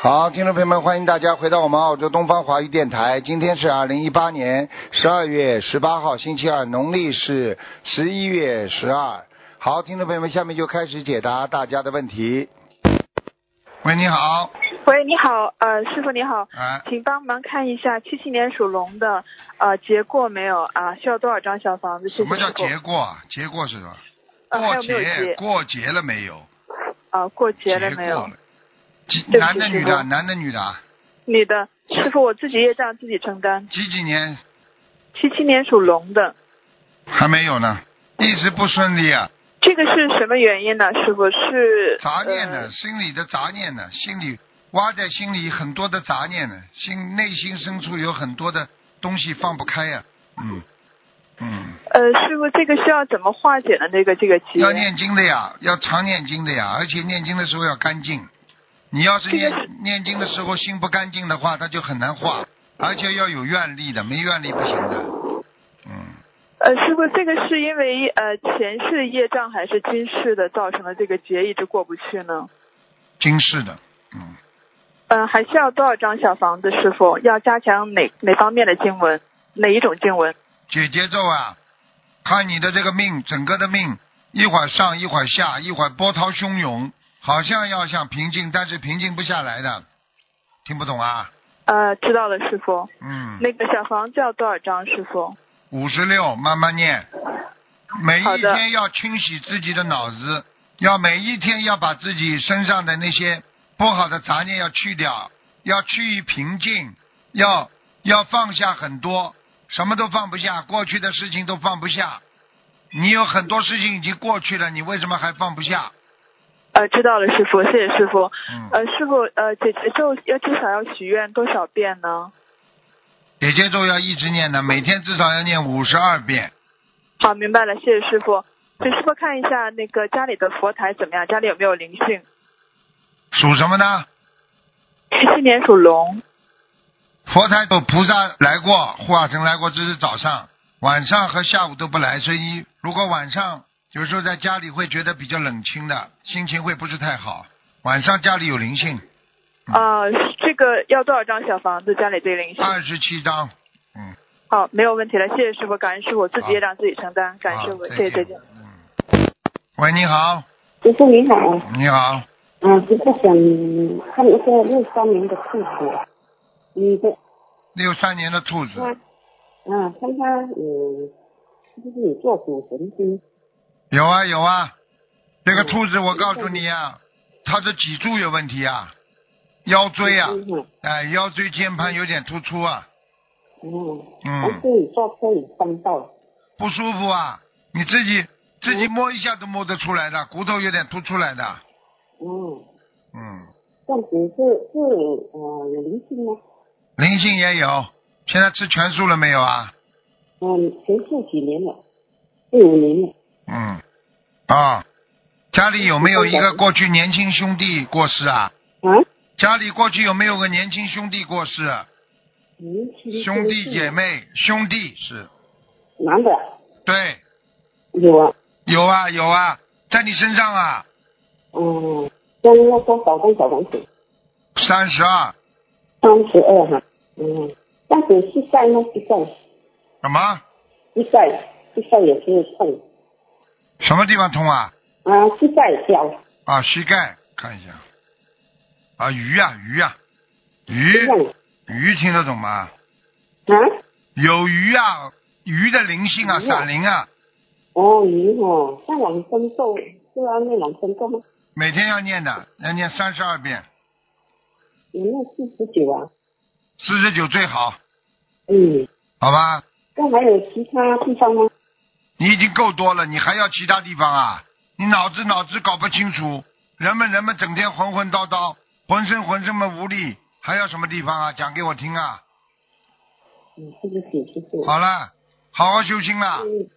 好，听众朋友们，欢迎大家回到我们澳洲东方华语电台。今天是二零一八年十二月十八号，星期二，农历是十一月十二。好，听众朋友们，下面就开始解答大家的问题。喂，你好，喂，你好，呃，师傅你好，哎，请帮忙看一下七七年属龙的呃结过没有啊？需要多少张小房子？谢什谢么叫师傅结过？啊？结过是什么？呃还过有没有节，结过节了没有？啊、过节结了过没有了？。几对不男起的师女的？傅男的女的啊？你的师傅，我自己业障自己承担。几几年？七七年属龙的，还没有呢，一直不顺利啊，这个是什么原因呢？师傅是杂念呢，呃心里的杂念呢，心里挖在心里很多的杂念呢，心内心深处有很多的东西放不开呀、嗯嗯，呃师傅，这个需要怎么化解呢？这个这个结要念经的呀，要常念经的呀，而且念经的时候要干净。你要是这个念念经的时候心不干净的话，它就很难化，而且要有愿力的，没愿力不行的。嗯。呃师傅，这个是因为呃前世业障还是今世的造成的这个结一直过不去呢？今世的，嗯，嗯，还需要多少张小房子？师傅要加强哪哪方面的经文？哪一种经文？解节奏啊，看你的这个命，整个的命，一会儿上一会儿下，一会儿波涛汹涌，好像要想平静，但是平静不下来的，听不懂啊？呃，知道了，师傅。嗯，那个小房子要多少张？师傅，五十六，慢慢念，每好一的天要清洗自己的脑子，要每一天要把自己身上的那些不好的杂念要去掉，要趋于平静，要要放下很多，什么都放不下，过去的事情都放不下。你有很多事情已经过去了，你为什么还放不下？呃，知道了，师傅，谢谢师傅。嗯，呃，师傅，呃，姐姐咒要至少要许愿多少遍呢？姐姐咒要一直念的，每天至少要念五十二遍。好，明白了，谢谢师傅。请师傅看一下那个家里的佛台怎么样？家里有没有灵性？属什么呢？七七年属龙，佛台有菩萨来过，护法神来过，这是早上、晚上和下午都不来，所以如果晚上有时候在家里会觉得比较冷清的，心情会不是太好。晚上家里有灵性，嗯呃，这个要多少张小房子？家里对灵性？二十七章，嗯，好，没有问题了，谢谢师傅，感恩师傅，自己也让自己承担，感恩好师傅，谢再见嗯谢，再见。喂，你好，师傅你好，你好，嗯，就是想看一下六三年的兔子，你的，六三年的兔子，嗯，看他，嗯，是不是你做骨神经？有啊有啊，这嗯个兔子我告诉你啊，它的脊柱有问题啊，腰椎啊，嗯哎，腰椎间盘有点突出啊，嗯，嗯而且你坐车也伤到，不舒服啊，你自己自己摸一下都摸得出来的，骨头有点凸出来的。嗯，嗯，这样子是是呃有灵性吗？灵性也有。现在吃全素了没有啊？嗯，前世几年了，四五年了，嗯，啊，家里有没有一个过去年轻兄弟过世啊？啊，家里过去有没有个年轻兄弟过世？啊年轻兄弟姐，妹，兄弟是，男的对，有啊，有啊有啊，在你身上啊，嗯，这样要多少张小房子？三十二，三十二哈，嗯，但是膝盖呢？膝盖，什么膝盖，膝盖也是痛什么地方痛啊？啊，膝盖脚啊，膝盖看一下，啊，鱼啊鱼啊鱼这样鱼听得懂吗？啊，有鱼啊，鱼的灵性啊，鱼啊闪灵啊，哦，鱼哦，那往生咒是要那往生咒吗？每天要念的，要念三十二遍，有那四十九啊，四十九最好，嗯，好吧？那还有其他地方吗？你已经够多了，你还要其他地方啊？你脑子脑子搞不清楚，人们人们整天混混叨叨，浑身浑身的无力，还要什么地方啊？讲给我听啊！嗯，对不起，师傅，好了，好好修心啦。嗯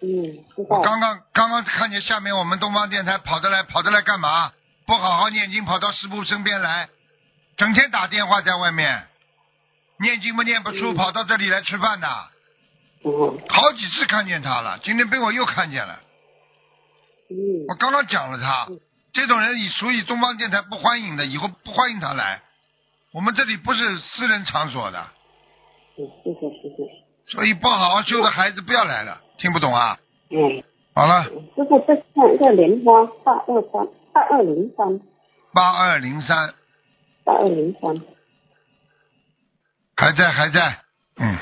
嗯，知道我，刚刚刚刚看见下面我们东方电台跑得来跑得来干嘛？不好好念经，跑到师傅身边来，整天打电话在外面，念经不念不出，嗯跑到这里来吃饭的，嗯好几次看见他了，今天被我又看见了。嗯我刚刚讲了他，这种人以属于东方电台不欢迎的，以后不欢迎他来，我们这里不是私人场所的，嗯，谢谢师傅。所以不好好修的孩子不要来了，听不懂啊？嗯，好了，师傅再看一个莲花八二三八二零三八二零三八二零三，还在还在，嗯，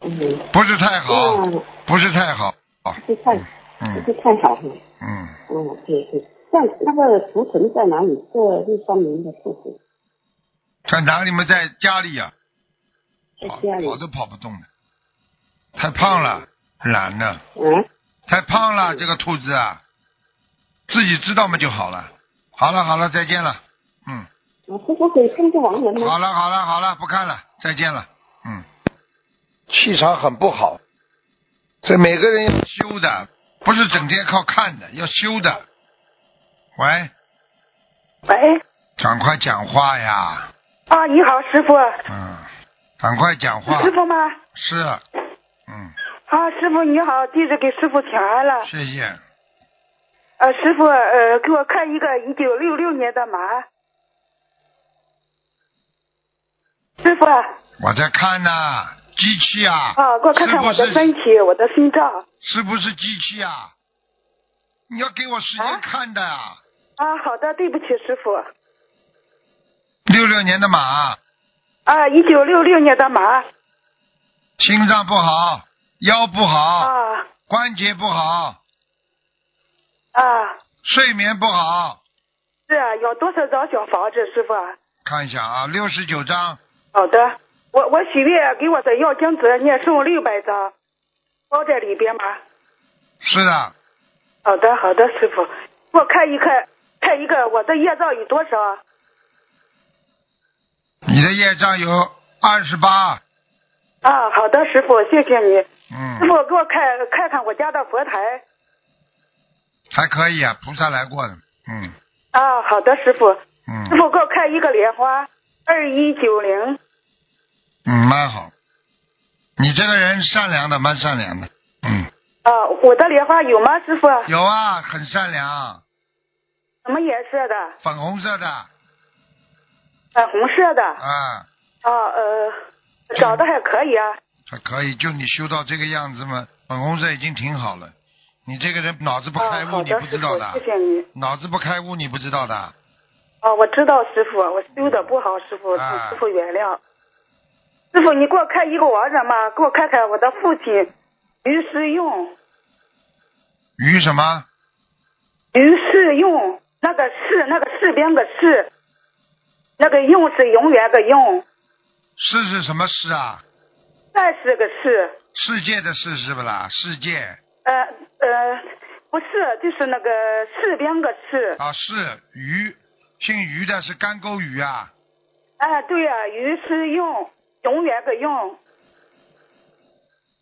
嗯，不是太好，嗯，不是太好，不是太不啊嗯是太好了。嗯，嗯，对对。那那个图腾在哪里？这六三年的祝福在哪里嘛？在家里呀、在跑家里跑都跑不动了，太胖了，嗯懒了，啊？太胖嗯了，这个兔子啊，自己知道嘛就好了。好了好了，再见了，嗯，啊，师傅可以看个亡人吗？好了好了好了，不看了，再见了，嗯。气场很不好，这每个人要修的，不是整天靠看的，要修的。喂，喂，赶快讲话呀，啊，你好，师傅，嗯，赶快讲话是，师傅吗？是，嗯，啊，师傅你好，弟子给师傅请安了。谢谢，呃，师傅，呃，给我看一个一九六六年的马。师傅，啊，我在看呐、机器啊，给我看看我是不的是身体，我的心脏。是不是机器啊？你要给我时间啊看的啊！啊，好的，对不起，师傅。六六年的马，啊，一九六六年的马。心脏不好，腰不好，啊关节不好，啊，睡眠不好。是啊，有多少张小房子，师傅？看一下啊，六十九章，好的，我我许愿给我的药精子念诵六百张，包在里边吗？是的，好的，好的，师傅，我看一看，看一个我的业障有多少？啊你的业障有二十八，啊，好的，师傅，谢谢你。师嗯，傅，给我看看看我家的佛台。还可以啊，菩萨来过的，嗯啊，好的，师傅。师嗯傅，给我看一个莲花，二一九零。嗯，蛮好。你这个人善良的，蛮善良的，嗯，啊，我的莲花有吗，师傅？有啊，很善良，什么颜色的？粉红色的啊粉红色的。，啊，呃，长得还可以啊。还可以，就你修到这个样子嘛，粉红色已经挺好了。你这个人脑子不开啊，悟，好你的，不师知道傅，的。谢谢你。脑子不开悟，你不知道的。啊，我知道，师傅，我修的不好，师傅，请啊师傅原谅。师傅，你给我看一个亡人嘛，给我看看我的父亲于世用，于什么？于世用，那个士，那个士兵的士，那个用是永远的用，世是什么世啊？但是个士，世界的世是不啦？世界呃呃，不是，就是那个士兵的士。啊，是于，姓于的是干沟鱼啊。哎、对呀、于世用，永远的用。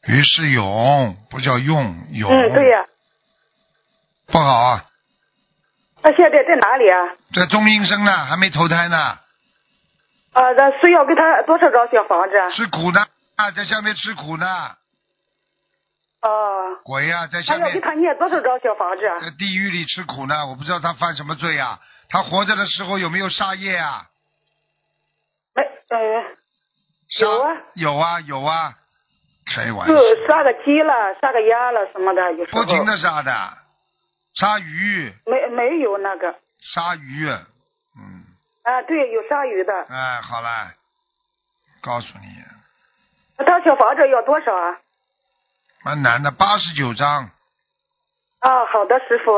于是勇，不叫用勇。嗯，对、呀、不好啊，他现在在哪里啊？在中阴身呢，还没投胎呢，啊，那需要给他多少张小房子啊？吃苦呢，啊，在下面吃苦呢，哦。鬼呀、在还下要面呃给他念多少张小房子啊？在地狱里吃苦呢，我不知道他犯什么罪啊？他活着的时候有没有杀业啊？没，呃，杀有啊有啊有啊，开玩笑，就杀个鸡了，杀个鸭了什么的，有时候不停的杀的，杀鱼没没有那个杀鱼，嗯，啊，对，有杀鱼的。哎，好了，告诉你，他小房子要多少啊？蛮难的，八十九章，啊，好的，师傅，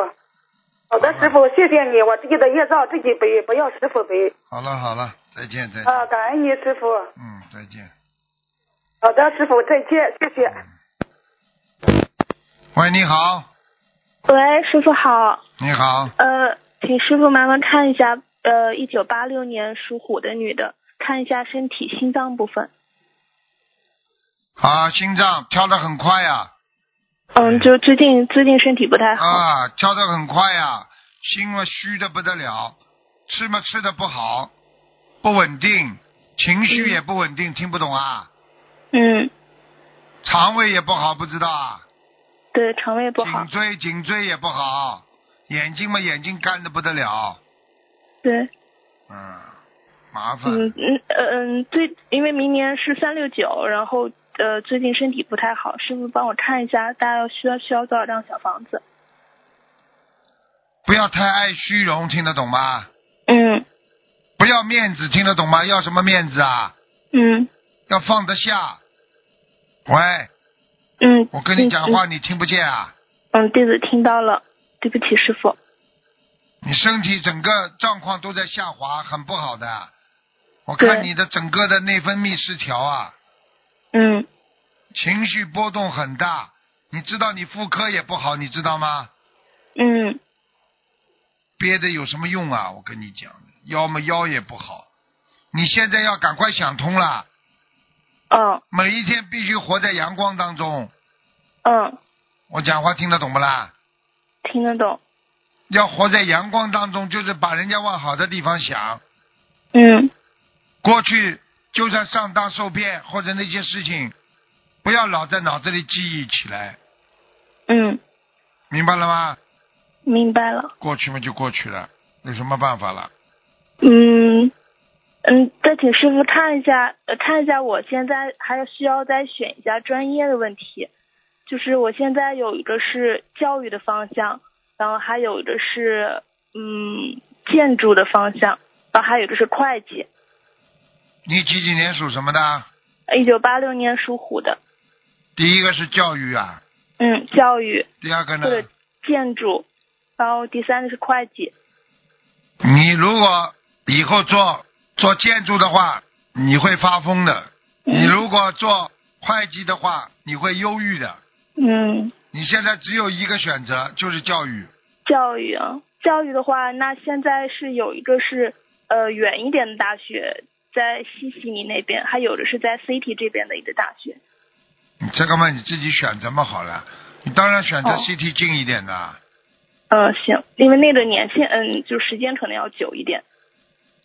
好的好，吧师傅，谢谢你，我自己的业障自己背，不要师傅背好了好了，再见再见，啊，感恩你师傅。嗯，再见。好的，师傅再见，谢谢。喂，你好，喂，师傅好，你好，呃，请师傅麻烦看一下，呃，一九八六年属虎的女的，看一下身体心脏部分，啊，心脏跳得很快呀、嗯，就最近最近身体不太好，啊，跳得很快呀、心嘛虚的不得了，吃嘛吃的不好，不稳定，情绪也不稳定，听不懂啊，嗯，肠胃也不好，不知道啊，对，肠胃不好颈，椎颈椎也不好，眼睛嘛眼睛干的不得了，对，嗯，麻烦。嗯嗯呃嗯，最因为明年是三六九，然后呃最近身体不太好，师傅帮我看一下，大概需要需要多少张小房子？不要太爱虚荣，听得懂吗？嗯不要面子，听得懂吗？要什么面子啊？嗯要放得下。喂，嗯。我跟你讲话，你听不见啊？嗯。嗯，弟子听到了，对不起师傅。你身体整个状况都在下滑，很不好的。我对看你的整个的内分泌失调啊，嗯情绪波动很大。你知道你妇科也不好，你知道吗？嗯憋着有什么用啊？我跟你讲，腰嘛腰也不好。你现在要赶快想通了，嗯每一天必须活在阳光当中。嗯，我讲话听得懂不啦？听得懂。要活在阳光当中，就是把人家往好的地方想。嗯过去就算上当受骗或者那些事情，不要老在脑子里记忆起来，嗯，明白了吗？明白了。过去嘛就过去了，有什么办法了？嗯，嗯，再请师傅看一下，呃，看一下我现在还需要再选一下专业的问题，就是我现在有一个是教育的方向，然后还有一个是嗯建筑的方向，然后还有一个是会计。你几几年属什么的？一九八六年属虎的，第一个是教育啊，嗯，教育第二个呢或？者建筑，然后第三个是会计。你如果以后做做建筑的话，你会发疯的；嗯你如果做会计的话，你会忧郁的。嗯，你现在只有一个选择，就是教育。教育啊，教育的话，那现在是有一个是呃远一点的大学，在西西尼那边，还有的是在 City 这边的一个大学。你这个嘛，你自己选择嘛好了。你当然选择哦 CT 近一点的，嗯、行，因为那个年限，嗯，就时间可能要久一点。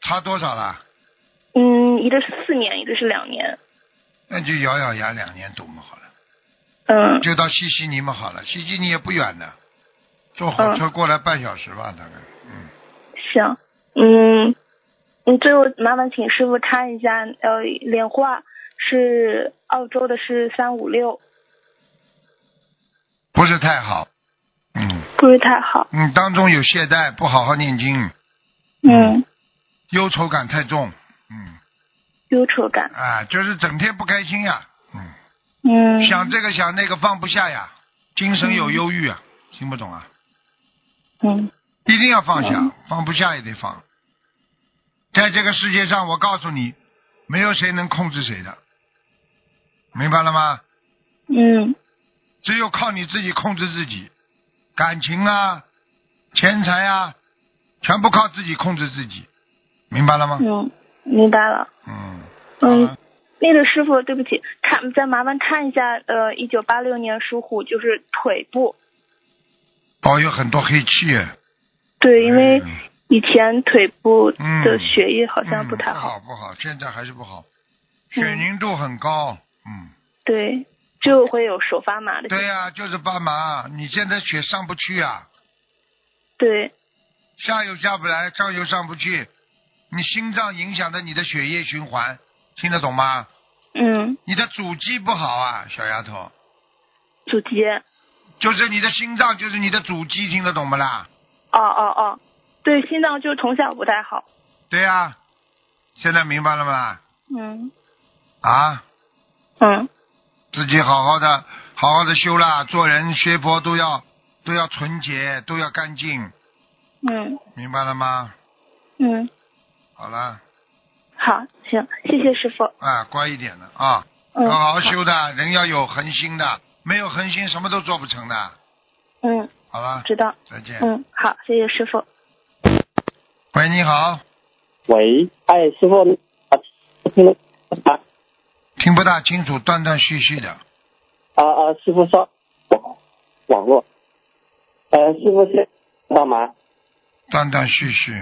差多少啦？嗯，一个是四年，一个是两年。那就咬咬牙两年读嘛好了，嗯就到西西尼嘛好了。西西尼也不远的，坐火车过来半小时吧，大概。嗯，行，嗯，嗯，最后麻烦请师傅看一下，呃，莲花是澳洲的，是三五六，不是太好。嗯，不是太好。你当中有懈怠，不好好念经，嗯，忧愁感太重。嗯，忧愁感。啊，就是整天不开心呀。嗯，嗯，想这个想那个放不下呀，精神有忧郁啊，听不懂啊。嗯一定要放下，放不下也得放。在这个世界上，我告诉你，没有谁能控制谁的，明白了吗？嗯只有靠你自己控制自己，感情啊、钱财啊，全部靠自己控制自己，明白了吗？嗯，明白了。嗯，啊好嗯了，那个师傅，对不起，看再麻烦看一下，呃，一九八六年属虎，就是腿部。哦，有很多黑气哎，对，因为嗯以前腿部嗯的血液好像嗯不太不好。好，不好，现在还是不好，嗯血凝度很高，嗯，对，就会有手发麻的。对呀、就是发麻，你现在血上不去啊，对下又下不来，上又上不去，你心脏影响着你的血液循环，听得懂吗？嗯，你的主肌不好啊，小丫头，祖籍。就是你的心脏，就是你的主肌，听得懂不啦？哦哦哦，对，心脏就从小不太好。对啊，现在明白了吗？嗯啊，嗯自己好好的，好好的修啦，做人学佛都要都要纯洁，都要干净，嗯明白了吗？嗯，好了，好，行，谢谢师傅。啊，乖一点的啊，嗯，要好好修的，人要有恒心的，没有恒心什么都做不成的。嗯，好了，知道。再见。嗯，好，谢谢师傅。喂，你好，喂，哎，师傅，啊，听得啊听不大清楚，断断续续的。啊啊，师傅稍网网络，呃，师傅是知道吗？断断续续，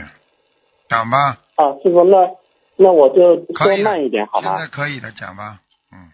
讲吧，啊，师傅，那那我就可说以了慢一点好现吗在？可以了，讲吧，嗯，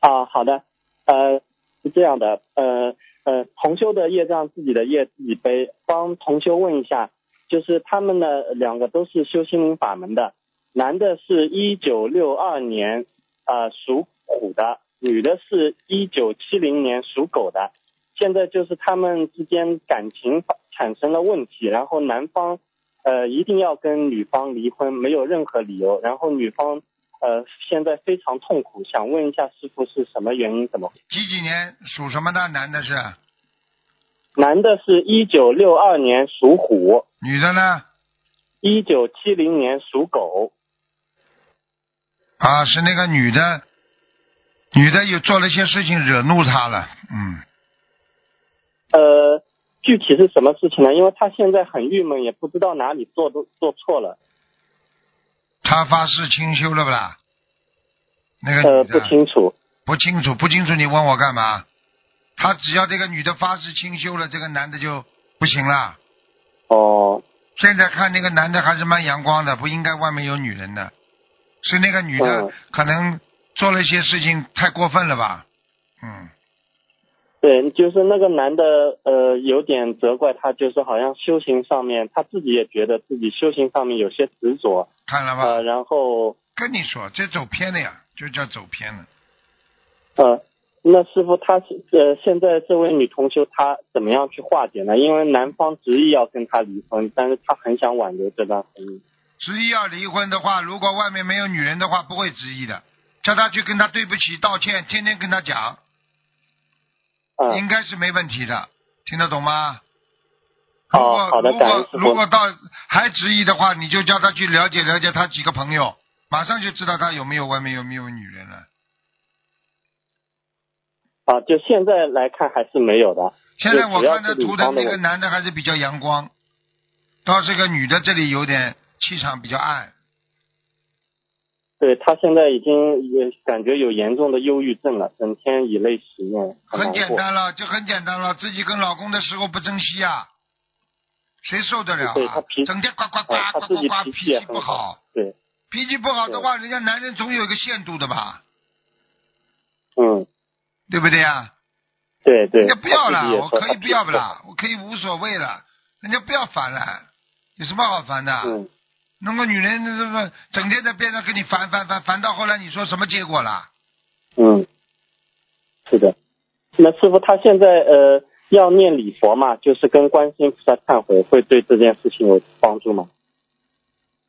啊，好的，呃，是这样的，呃呃，同修的业障自己的业自己背，帮同修问一下，就是他们呢两个都是修心灵法门的，男的是一九六二年啊、呃属虎的，女的是一九七零年属狗的。现在就是他们之间感情发产生了问题，然后男方呃一定要跟女方离婚，没有任何理由。然后女方呃现在非常痛苦，想问一下师傅是什么原因？怎么回事？几几年属什么的？男的是，男的是一九六二年属虎，女的呢？一九七零年属狗。啊，是那个女的，女的有做了些事情惹怒他了，嗯，呃，具体是什么事情呢？因为他现在很郁闷，也不知道哪里做都做错了，他发誓清修了不啦？那个呃，女的、不清楚。不清楚，不清楚，你问我干嘛？他只要这个女的发誓清修了，这个男的就不行了。哦，现在看那个男的还是蛮阳光的，不应该外面有女人的，是那个女的、嗯可能做了一些事情太过分了吧？嗯，对，就是那个男的，呃，有点责怪他，就是好像修行上面，他自己也觉得自己修行上面有些执着，看了吧？呃，然后，跟你说，这走偏了呀，就叫走偏了。呃，那师傅他是，呃，现在这位女同修她怎么样去化解呢？因为男方执意要跟她离婚，但是她很想挽留这段婚姻。执意要离婚的话，如果外面没有女人的话，不会执意的。叫他去跟他对不起、道歉，天天跟他讲，嗯、应该是没问题的，听得懂吗？如果、哦，好的，如感恩果师如傅。果到还执意的话，你就叫他去了解了解他几个朋友，马上就知道他有没有外面有没有女人了。啊，就现在来看还是没有的。现在我主要看他是女图的方的那个问题男的还是比较阳光，到这个女的这里有点气场比较暗，对他现在已经也感觉有严重的忧郁症了，整天以泪洗面，很难简过。单了，就很简单了。自己跟老公的时候不珍惜啊，谁受得了对啊他脾？整天呱呱呱啊他呱自呱己呱，脾脾气也气很不好好，对，脾气不好的话，人家男人总有一个限度的吧，嗯，对不对啊？对对。人家不要他自己了，也说我可他以不要脾不气啦，我可以无所谓了，人家不要烦了，有什么好烦的好。？嗯，弄个女人这么整天在边上跟你烦烦烦烦到后来，你说什么结果啦？嗯，是的。那师傅他现在呃要念礼佛嘛，就是跟观世音菩萨忏悔，会对这件事情有帮助吗？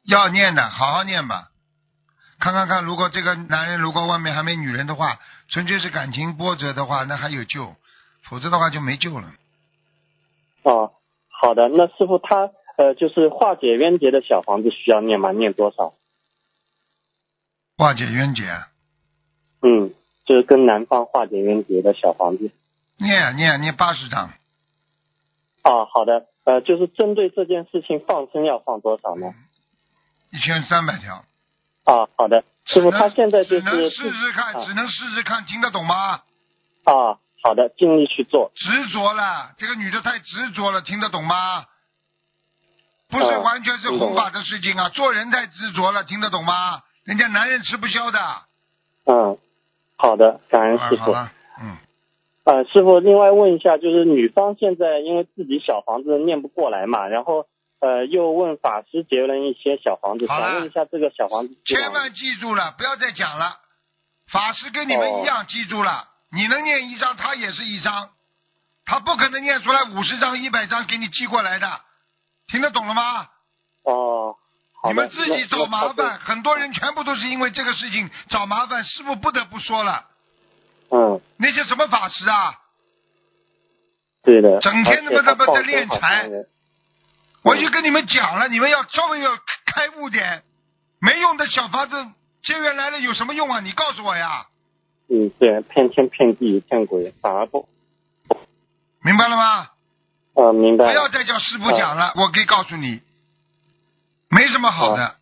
要念的，好好念吧。看看看，如果这个男人如果外面还没女人的话，纯粹是感情波折的话，那还有救；否则的话就没救了。哦，好的。那师傅他呃就是化解冤结的小房子需要念吗？念多少？化解冤结，啊嗯，就是跟南方化解冤结的小房子。念啊念啊念八十章，啊，好的，呃，就是针对这件事情放生要放多少呢？一千三百条。啊，好的，师傅，只能他现在只就能是试试啊看，只能试试看，听得懂吗？啊，好的，尽力去做。执着了，这个女的太执着了，听得懂吗？不是嗯完全是听懂弘了法的事情啊，做人太执着了，听得懂吗？人家男人吃不消的。嗯，好的，感好恩师了好傅。了，嗯，呃，师傅，另外问一下，就是女方现在因为自己小房子念不过来嘛，然后呃又问法师结了一些小房子，好想了问一下这个小房子质千量万记住了，不要再讲了。法师跟你们一样，记住了，你能念一张，他也是一张，他不可能念出来五十张、一百张给你寄过来的，听得懂了吗？哦，好你的们自己找麻。那那烦，很多人全部都是因为这个事情找麻烦，师傅不得不说了，嗯，那些什么法师啊，对的。整天他妈而且他妈在放生练好财伤人我就跟你们讲了，你们要稍微要 开悟点，没用的小法子结缘来了有什么用啊？你告诉我呀，嗯，对，骗天骗地骗鬼，反而不，明白了吗？呃，明白不要了。再叫师傅讲了，我可以告诉你，没什么好的。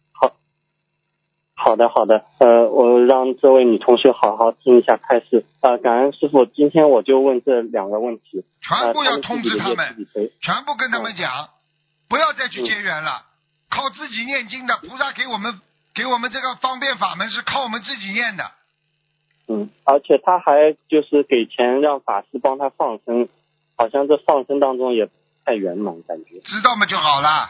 好的，好的，呃，我让这位女同学好好听一下开示。呃，感恩师傅，今天我就问这两个问题，全部要呃、通知他他们，们自己的业自己背全部跟他们讲，不要再去结缘了，靠自己念经的。菩萨给我们给我们这个方便法门是靠我们自己念的，嗯，而且他还就是给钱让法师帮他放生，好像这放生当中也不太圆满，感觉。知道吗就好了。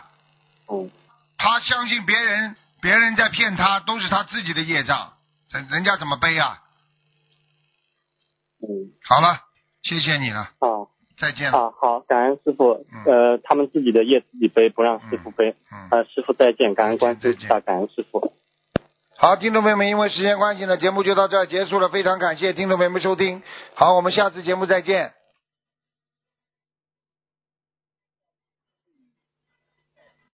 嗯他相信别人，别人在骗他，都是他自己的业障，人人家怎么背啊？嗯，好了，谢谢你了，好，再见了。啊，好，感恩师傅嗯。呃，他们自己的业自己背，不让师傅背。嗯，呃，师傅再见，感恩观再世见音菩萨，感恩师傅。好，听众朋友们，因为时间关系呢，节目就到这儿结束了，非常感谢听众朋友们收听，好，我们下次节目再见。